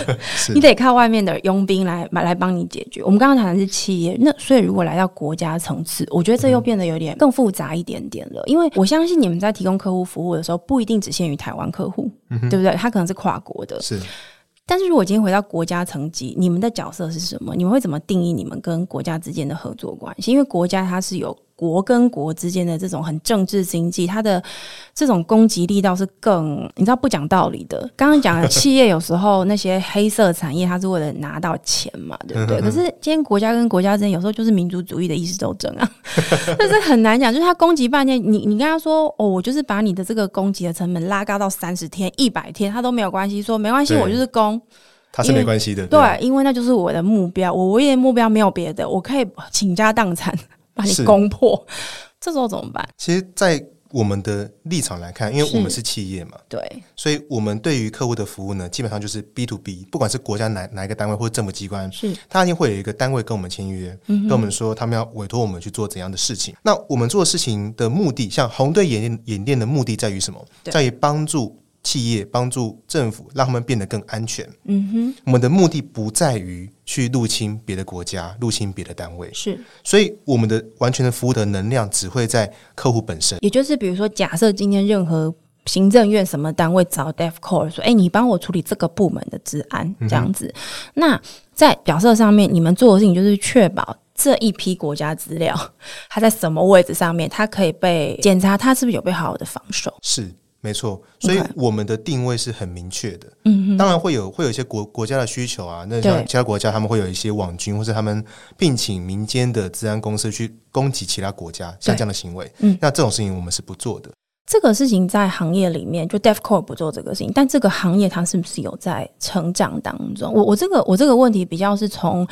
你得靠外面的佣兵来来来帮你解决。我们刚刚谈的是企业，那所以如果来到国家层次，我觉得这嗯又变得有点更复杂一点点了，因为我相信你们在提供客户服务的时候，不一定只限于台湾客户，嗯对不对？它可能是跨国的，是但是如果今天回到国家层级，你们的角色是什么？你们会怎么定义你们跟国家之间的合作关系？因为国家它是有国跟国之间的这种很政治经济，它的这种攻击力道是更你知道不讲道理的。刚刚讲的企业有时候那些黑色产业，它是为了拿到钱嘛，对不对？可是今天国家跟国家之间有时候就是民族主义的意识斗争啊，就是很难讲。就是他攻击半天，你你跟他说哦，我就是把你的这个攻击的成本拉高到三十天、一百天，他都没有关系，说没关系，对我就是攻。他是没关系的，对，因为那就是我的目标，我唯一的目标没有别的，我可以倾家荡产 把你是攻破，这时候怎么办？其实，在我们的立场来看，因为是我们是企业嘛，对，所以我们对于客户的服务呢，基本上就是 B to B，不管是国家哪哪一个单位或者政府机关，是他一定会有一个单位跟我们签约，嗯跟我们说他们要委托我们去做怎样的事情。那我们做事情的目的，像红队演练演练的目的在于什么？对在于帮助企业、帮助政府，让他们变得更安全。嗯哼，我们的目的不在于去入侵别的国家、入侵别的单位，是，所以我们的完全的服务的能量只会在客户本身。也就是比如说，假设今天任何。行政院什么单位找 DEFCOR 说：“哎、你帮我处理这个部门的治安，这样子。那在角色上面，你们做的事情就是确保这一批国家资料，它在什么位置上面，它可以被检查，它是不是有被好好的防守？是没错，所以 OK 我们的定位是很明确的。嗯当然会有会有一些国国家的需求啊，那对像其他国家他们会有一些网军，或是他们聘请民间的治安公司去攻击其他国家，像这样的行为，嗯那这种事情我们是不做的。这个事情在行业里面，就 DefCore 不做这个事情，但这个行业它是不是有在成长当中？我我这个我这个问题比较是从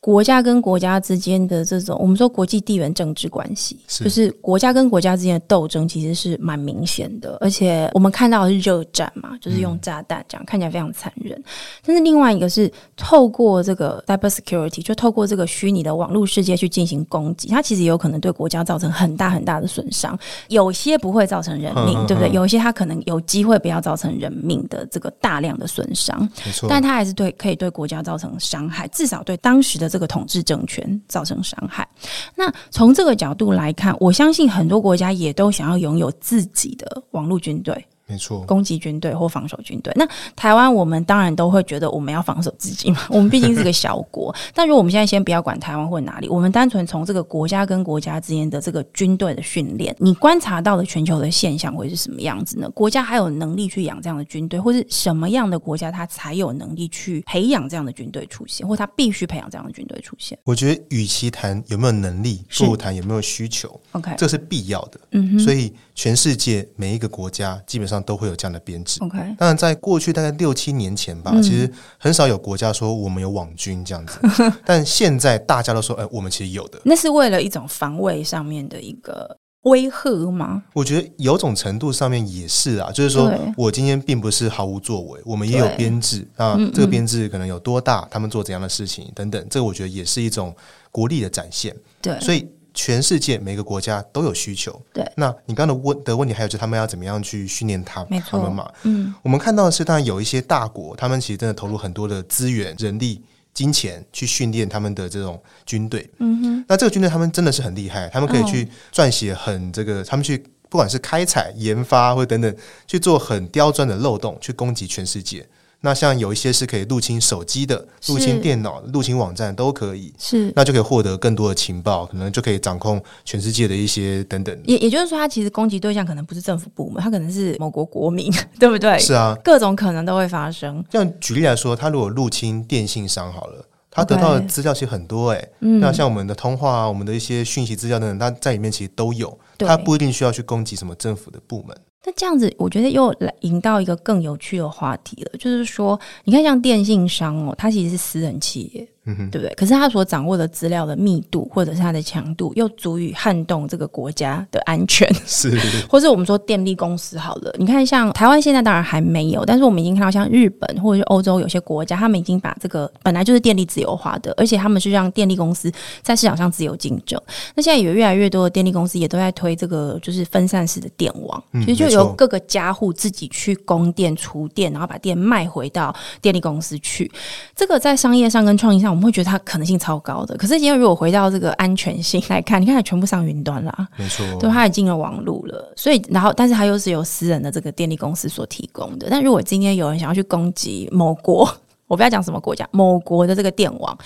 国家跟国家之间的这种，我们说国际地缘政治关系，是就是国家跟国家之间的斗争其实是蛮明显的，而且我们看到的是热战嘛，就是用炸弹这样、看起来非常残忍。但是另外一个是透过这个 cyber security，就透过这个虚拟的网络世界去进行攻击，它其实有可能对国家造成很大很大的损伤。有些不会造成人命，嗯嗯对不对？嗯有一些它可能有机会不要造成人命的这个大量的损伤，没错，但它还是对可以对国家造成伤害，至少对当时的这个统治政权造成伤害。那从这个角度来看，我相信很多国家也都想要拥有自己的网络军队。没错，攻击军队或防守军队。那台湾我们当然都会觉得我们要防守自己嘛， 我们毕竟是个小国。但如果我们现在先不要管台湾或哪里，我们单纯从这个国家跟国家之间的这个军队的训练，你观察到的全球的现象会是什么样子呢？国家还有能力去养这样的军队，或是什么样的国家它才有能力去培养这样的军队出现，或它必须培养这样的军队出现我觉得与其谈有没有能力，是不如谈有没有需求， ？OK，这是必要的。嗯哼所以全世界每一个国家基本上都会有这样的编制。 ，OK，当然，在过去大概六七年前吧，嗯其实很少有国家说我们有网军这样 子，但现在大家都说，哎、我们其实有的。那是为了一种防卫上面的一个威吓吗？我觉得有种程度上面也是啊，就是说对我今天并不是毫无作为，我们也有对编制。那嗯这个编制可能有多大，他们做怎样的事情等等，这个我觉得也是一种国力的展现。对，所以全世界每个国家都有需求。对，那你刚刚的问的问题还有就是他们要怎么样去训练他没他错们嘛？嗯，我们看到的是，当然有一些大国，他们其实真的投入很多的资源、人力、金钱去训练他们的这种军队。嗯哼，哦那这个军队他们真的是很厉害，他们可以去撰写很这个，他们去不管是开采、研发或等等，去做很刁钻的漏洞，去攻击全世界。那像有一些是可以入侵手机的、入是侵电脑、入侵网站都可以，是。那就可以获得更多的情报，可能就可以掌控全世界的一些等等。也也就是说，他其实攻击对象可能不是政府部门，他可能是某国国民， 对不对？是啊，各种可能都会发生。像举例来说，他如果入侵电信商好了，他得到的 OK 资料其实很多哎、嗯那像我们的通话啊，我们的一些讯息资料等等，他在里面其实都有，对他不一定需要去攻击什么政府的部 门。那这样子，我觉得又来引到一个更有趣的话题了，就是说，你看像电信商哦，它其实是私人企业，嗯哼，对不对？可是它所掌握的资料的密度或者是它的强度，又足以撼动这个国家的安全。是，或是我们说电力公司好了，你看像台湾现在当然还没有，但是我们已经看到像日本或者是欧洲有些国家，他们已经把这个本来就是电力自由化的，而且他们是让电力公司在市场上自由竞争。那现在有越来越多的电力公司也都在推这个就是分散式的电网，嗯其实就没由错各个家户自己去供电、储电，然后把电卖回到电力公司去。这个在商业上跟创意上，我们会觉得它可能性超高的。可是今天如果回到这个安全性来看，你看它全部上云端啦，没错，对，它也进了网路了，所以然后但是它又是由私人的这个电力公司所提供的。但如果今天有人想要去攻击某国， 我不要讲什么国家，某国的这个电网，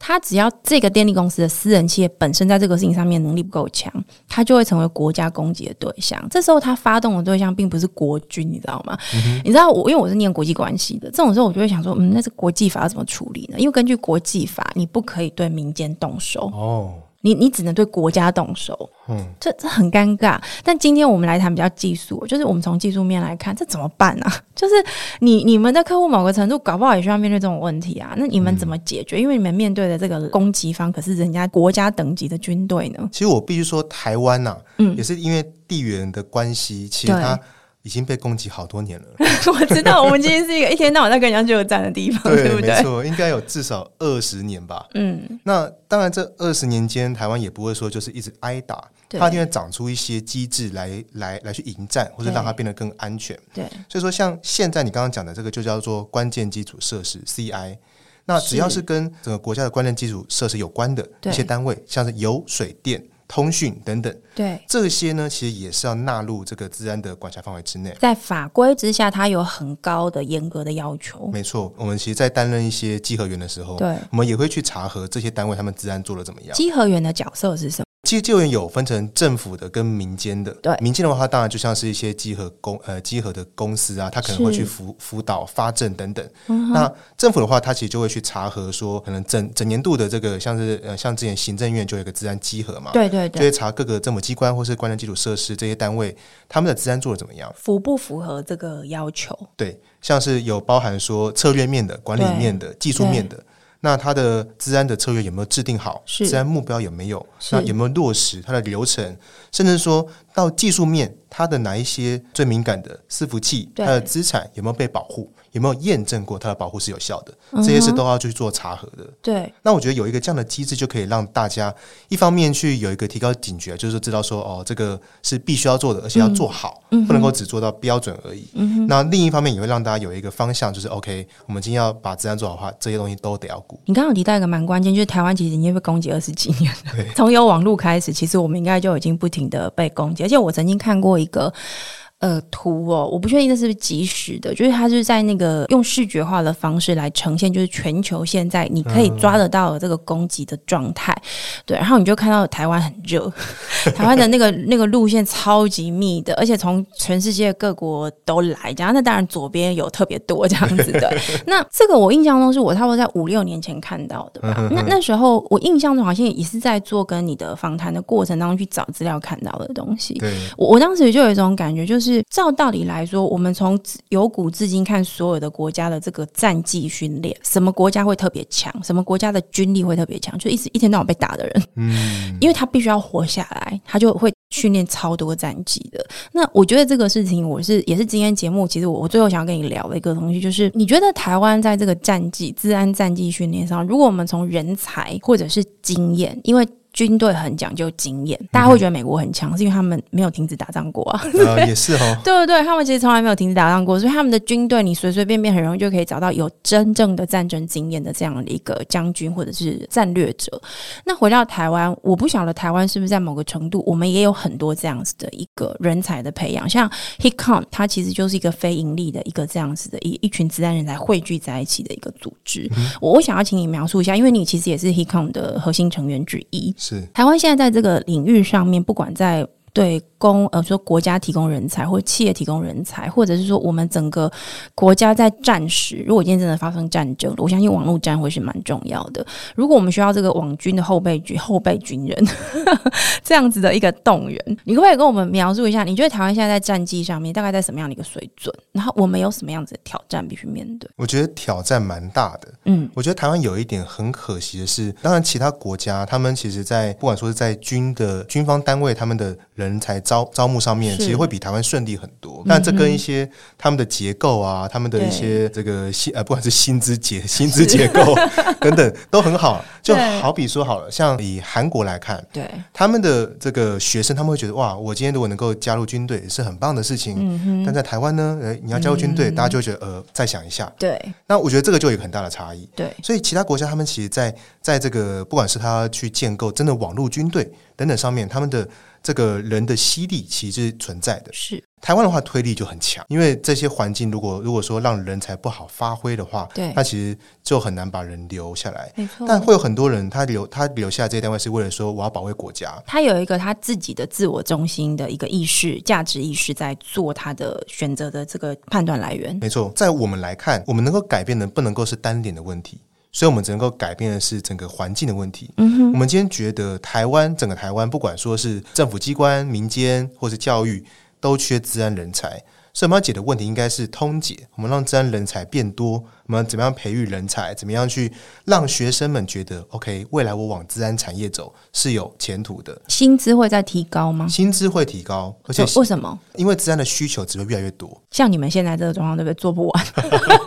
它只要这个电力公司的私人企业本身在这个事情上面能力不够强，它就会成为国家攻击的对象。这时候它发动的对象并不是国军，你知道吗？你知道我因为我是念国际关系的，这种时候我就会想说，嗯，那是国际法要怎么处理呢？因为根据国际法，你不可以对民间动手，哦，你你只能对国家动手。嗯，这这很尴尬。但今天我们来谈比较技术，就是我们从技术面来看，这怎么办啊？ 就是你你们的客户某个程度搞不好也需要面对这种问题啊，那你们怎么解决？因为你们面对的这个攻击方可是人家国家等级的军队呢。 其实我必须说，台湾呐、嗯也是因为地缘的关系，其实对它已经被攻击好 多年了。我知道我们今天是一个一天到晚在跟人家就有战的地方，对不没对？错，应该有至少二十年吧。嗯，那当然，这二十年间，台湾也不会说就是一直挨打，对它一定会长出一些机制来来来去迎战，或者对让它变得更安全。对，所以说，像现在你刚刚讲的这个，就叫做关键基础设施 （CI）。那只要是是跟整个国家的关键基础设施有关的对一些单位，像是油、水电、通讯等等，对。这些呢，其实也是要纳入这个治安的管辖范围之内。在法规之下，它有很高的严格的要求。没错，我们其实，在担任一些稽核员的时候，对，我们也会去查核这些单位他们治安做的怎么样。稽核员的角色是什么？其实救援有分成政府的跟民间的，对民间的话，它当然就像是一些集合公呃集合的公司啊，它可能会是嗯去辅辅导发证等等。那政府的话，它其实就会去查核说，可能整整年度的这个像是呃像之前行政院就有一个治安稽核嘛，，对对就对，会查各个政府机关或是关键基础设施这些单位他们的治安做的怎么样。符不符合这个要求？对，像是有包含说策略面的、管理对面的、技术面的。那它的治安的策略有没有制定好？是治安目标有没有？是那有没有落实它的流程？甚至说到技术面，它的哪一些最敏感的伺服器，对它的资产有没有被保护？有没有验证过它的保护是有效的？嗯这些事都要去做查核的。对，那我觉得有一个这样的机制，就可以让大家一方面去有一个提高警觉，就是说知道说哦，这个是必须要做的，而且要做好，不能够只做到标准而已。那另一方面也会让大家有一个方向，就是 OK，我们今天要把治安做好的话，这些东西都得要顾。你刚刚有提到一个蛮关键，就是台湾其实已经被攻击二十几年了对。从有网络开始，其实我们应该就已经不停的被攻击。而且我曾经看过一个呃图哦，我不确定那是不是即时的，就是它是在那个用视觉化的方式来呈现，就是全球现在你可以抓得到的这个攻击的状态。对，然后你就看到台湾很热， 台湾的那个那个路线超级密的，而且从全世界各国都来，这样那当然左边有特别多这样子的。那这个我印象中是我差不多在五六年前看到的吧？那那时候我印象中好像也是在做跟你的访谈的过程当中去找资料看到的东西。对，我我当时就有一种感觉，就是照道理来说，我们从由古至今看所有的国家的这个战绩训练，什么国家会特别强，什么国家的军力会特别强，就一直一天到晚被打的人，嗯， 因为他必须要活下来，他就会训练超多战绩的。那我觉得这个事情，我是也是今天节目，其实我我最后想要跟你聊的一个东西，就是你觉得台湾在这个战绩、治安战绩训练上，如果我们从人才或者是经验，因为军队很讲究经验，大家会觉得美国很强，是因为他们没有停止打仗过啊。呃，也是哦，对对对，他们其实从来没有停止打仗过，所以他们的军队你随随便便很容易就可以找到有真正的战争经验的这样的一个将军或者是战略者。那回到台湾，我不晓得台湾是不是在某个程度，我们也有很多这样子的一个人才的培养，像 Hicon，它其实就是一个非盈利的一个这样子的一一群子弹人才汇聚在一起的一个组织。我我想要请你描述一下，因为你其实也是 Hicon 的核心成员之一。是台湾现在在这个领域上面，不管在对公呃说国家提供人才，或企业提供人才，或者是说我们整个国家在战时，如果今天真的发生战争了，我相信网络战会是蛮重要的。如果我们需要这个网军的后备军后备军人 这样子的一个动员，你可不可以跟我们描述一下？你觉得台湾现在在战绩上面大概在什么样的一个水准？然后我们有什么样子的挑战必须面对？我觉得挑战蛮大的。嗯，我觉得台湾有一点很可惜的是，当然其他国家他们其实在不管说是在军的军方单位，他们的人才招招募上面，是其实会比台湾顺利很多。但这跟一些他们的结构啊，他们的对一些这个薪呃，不管是薪资结薪资结构等等都很好。就对好比说好了，像以韩国来看，对，他们的这个学生，他们会觉得哇，我今天如果能够加入军队是很棒的事情。嗯但在台湾呢，呃，你要加入军队，大家就会觉得呃，再想一下。对，那我觉得这个就有一个很大的差异。对，所以其他国家他们其实在在这个不管是他去建构真的网络军队等等上面，他们的这个人的吸力其实是存在的。是，台湾的话推力就很强，因为这些环境如果如果说让人才不好发挥的话，对嗯那其实就很难把人留下来。没错但会有很多人他留他留下这些单位是为了说我要保卫国家，他有一个他自己的自我中心的一个意识、价值意识，在做他的选择的这个判断来源。没错，在我们来看，我们能够改变的不能够是单点的问题，所以我们只能够改变的是整个环境的问题。嗯哼，我们今天觉得台湾整个台湾，不管说是政府机关、民间或是教育，都缺治安人才。所以我们要解的问题应该是通解，我们让治安人才变多，我们怎么样培育人才，怎么样去让学生们觉得 OK，未来我往治安产业走是有前途的，薪资会在提高吗？哦薪资会提高，而且为为什么？因为治安的需求只会越来越多，像你们现在这个状况，对不对？做不完。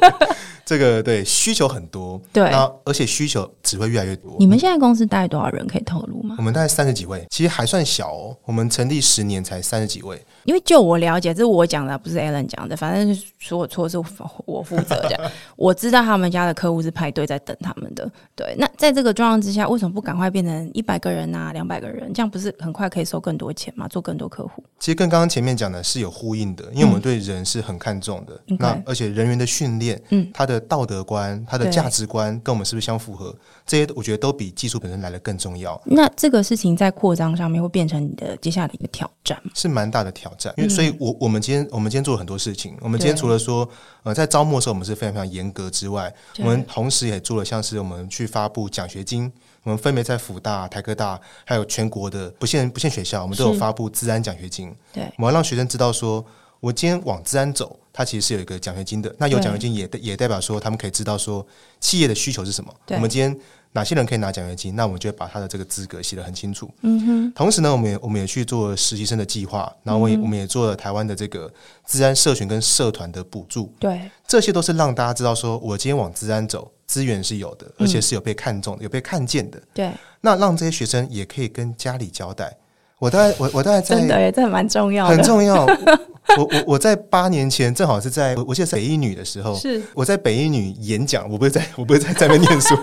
这个对需求很多，对，那而且需求只会越来越多。你们现在公司大概多少人可以透露吗我？们大概三十几位，其实还算小哦。我们成立十年才三十几位，因为就我了解，这是我讲的，不是 Alan 讲的，反正所有错是我负责 的。我知道他们家的客户是排队在等他们的。对，那在这个状况之下，为什么不赶快变成一百个人啊、两百个人？这样不是很快可以收更多钱吗？做更多客户？其实跟刚刚前面讲的是有呼应的，因为我们对人是很看重的。嗯 OK 那而且人员的训练，嗯，他的道德观、他的对价值观跟我们是不是相符合？这些我觉得都比技术本身来的更重要，那这个事情在扩张上面会变成你的接下来的一个挑战吗？是蛮大的挑战。因为所以我，我们今天我们今天做了很多事情，我们今天嗯对除了说呃在招募的时候我们是非常非常严格之外，我们同时也做了像是我们去发布奖学金，我们分别在辅大、台科大，还有全国的不限不限学校，我们都有是发布自然奖学金。对我们要让学生知道说，我今天往自然走，它其实是有一个奖学金的。那有对奖学金也代也代表说，他们可以知道说企业的需求是什么。对我们今天。哪些人可以拿奖学金？那我们就会把他的这个资格写得很清楚。嗯哼。同时呢，我们也我们也去做实习生的计划，嗯然后我也、我们也做了台湾的这个自然社群跟社团的补助。对，这些都是让大家知道说，我今天往治安走，资源是有嗯的，而且是有被看中的、有被看见的。对，那让这些学生也可以跟家里交代。我大概我我大概真在的欸耶，这蛮重要很的，重要。 我我我在八年前正好是在我我记得是北一女的时候，是我在北一女演讲，我不是在我不是在在那边念书，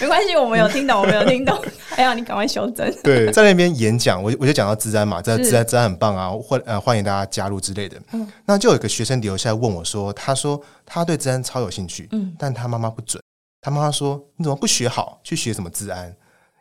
没关系，我们有听懂，我们有听 懂。哎呀，你赶快修正。对，在那边演讲，我就我就讲到治安嘛，在是嗯治安治安很棒啊，欢呃欢迎大家加入之类的。那就有一个学生留下来问我说，他说他对治安超有兴趣，嗯但他妈妈不准，他妈妈说你怎么不学好，去学什么治安？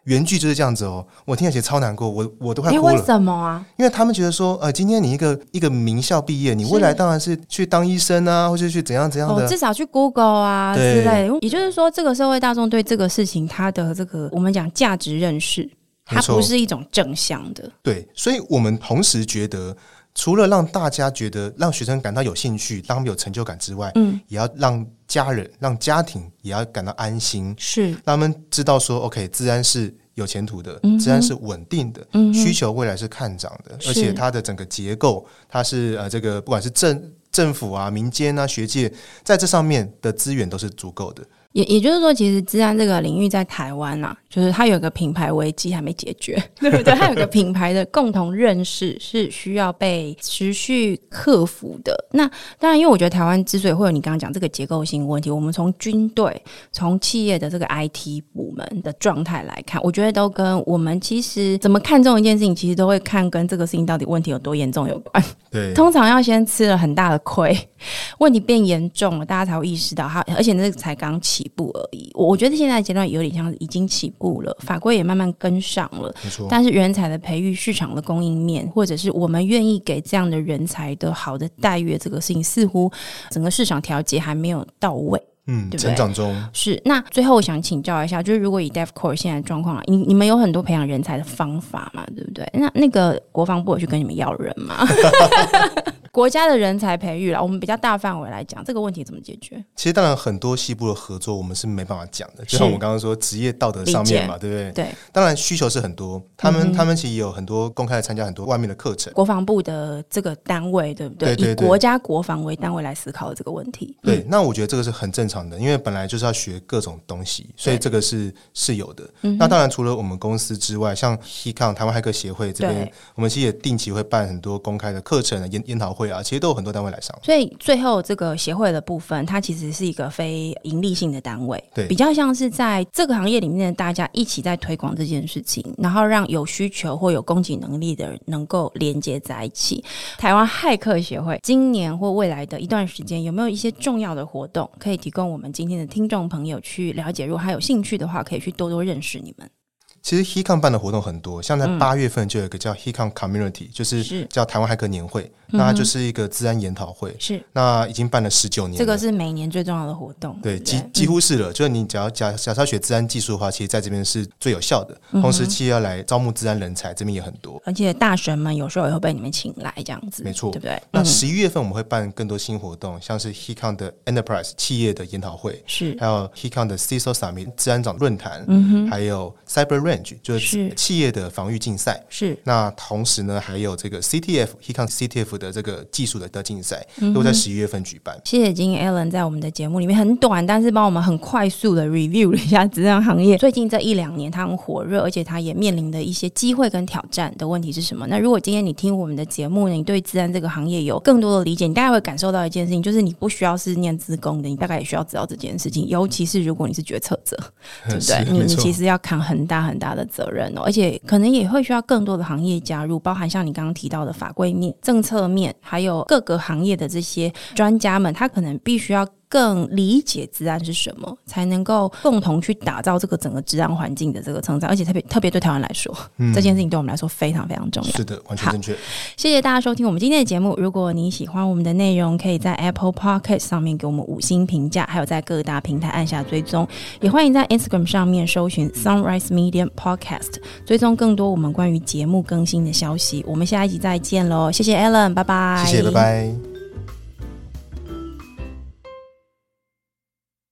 原剧就是这样子哦，我听了其实超难过，我我都快哎，哭为了，什么啊？因为他们觉得说，呃，今天你一个一个名校毕业，你未来当然是去当医生啊，或者去怎样怎样哦，的，至少去 Google 啊对之类的。也就是说，这个社会大众对这个事情，他的这个我们讲价值认识，它没错不是一种正向的。对，所以我们同时觉得，除了让大家觉得让学生感到有兴趣、让他们有成就感之外，嗯，也要让家人、让家庭也要感到安心，是，让他们知道说，OK，治安是有前途的嗯哼，治安是稳定的，嗯哼需求未来是看涨的，是而且它的整个结构，它是呃，这个不管是政政府啊、民间啊、学界，在这上面的资源都是足够的。也也就是说，其实治安这个领域在台湾呐、啊，就是它有个品牌危机还没解决， 对不对？它有个品牌的共同认识是需要被持续克服的。那当然，因为我觉得台湾之所以会有你刚刚讲这个结构性问题，我们从军队、从企业的这个 IT 部门的状态来看，我觉得都跟我们其实怎么看重一件事情，其实都会看跟这个事情到底问题有多严重有关。对，通常要先吃了很大的亏， 问题变严重了，大家才会意识到它，而且那才刚起步而已。我我觉得现在阶段有点像已经起步了，法规也慢慢跟上了，没错，但是人才的培育、市场的供应面，或者是我们愿意给这样的人才的好的待遇，这个事情似乎整个市场调节还没有到位。嗯，对不对成长中，是，那最后我想请教一下，就是如果以 DevCore 现在的状况啊，你你们有很多培养人才的方法嘛，对不对？那那个国防部有去跟你们要人 吗？国家的人才培育啦，我们比较大范围来讲，这个问题怎么解决？其实当然很多西部的合作我们是没办法讲的，是就像我们刚刚说职业道德上面嘛，对不对？对，当然需求是很多，他嗯们、他们其实也有很多公开的参加很多外面的课程。国防部的这个单位，对不对？对对以对国家国防为单位来思考的这个问题，对，那我觉得这个是很正常的，因为本来就是要学各种东西，所以这个是是有的。嗯那当然，除了我们公司之外，像 HECON 台湾骇客协会这边对，我们其实也定期会办很多公开的课程、研研讨会啊，其实都有很多单位来上。所以最后这个协会的部分，它其实是一个非盈利性的单位，对比较像是在这个行业里面的大家一起在推广这件事情，然后让有需求或有供给能力的人能够连接在一起。台湾骇客协会今年或未来的一段时间有没有一些重要的活动可以提供我们今天的听众朋友去了解？如果他有兴趣的话，可以去多多认识你们。其实 HECON 办的活动很多，像在八月份就有一个叫 HECON Community，就是嗯是嗯叫台湾骇客年会，那它就是一个治安研讨会，是，那已经办了十九年了。这个是嗯每年最重要的活动。对，不几几乎是了。就是你只要假假设要学治安技术的话，其实在这边是最有效的。嗯同时，企业要来招募治安人才，这边也很多。而且大神们有时候也会被你们请来，这样子，没错对不对？嗯那十一月份我们会办更多新活动，像是 HECON 的 Enterprise 企业的研讨会，是还有 HECON 的 CISO Summit 治安长论坛，嗯还有 Cyber Range 就是是企业的防御竞赛。是那同时呢，还有这个 CTF HECON CTF 的这个技术的的竞赛，嗯都在十一月份举办。谢谢今天 Alan 在我们的节目里面很短，但是帮我们很快速的 review 了一下职场行业。最近这一两年，它很火热，而且它也面临的一些机会跟挑战的问题是什么？那如果今天你听我们的节目呢，你对治安这个行业有更多的理解，你大概会感受到一件事情，就是你不需要是念资工的，你大概也需要知道这件事情，尤其是如果你是决策者。对不对？嗯 是你没你错其实要扛很大很大的责任哦，而且可能也会需要更多的行业加入，包含像你刚刚提到的法规面、政策面，还有各个行业的这些专家们，他可能必须要。更理解治安是什么，才能够共同去打造这个整个治安环境的这个成长，而且特别特别对台湾来说，这件事情对我们来说非常非常重要。嗯是的，完全好正确。谢谢大家收听我们今天的节目。如果你喜欢我们的内容，可以在 Apple Podcast 上面给我们五星评价，还有在各大平台按下追踪。也欢迎在 Instagram 上面搜寻 Sunrise Medium Podcast，追踪更多我们关于节目更新的消息。我们下一集再见喽！谢谢 Alan，拜拜。谢谢，拜拜。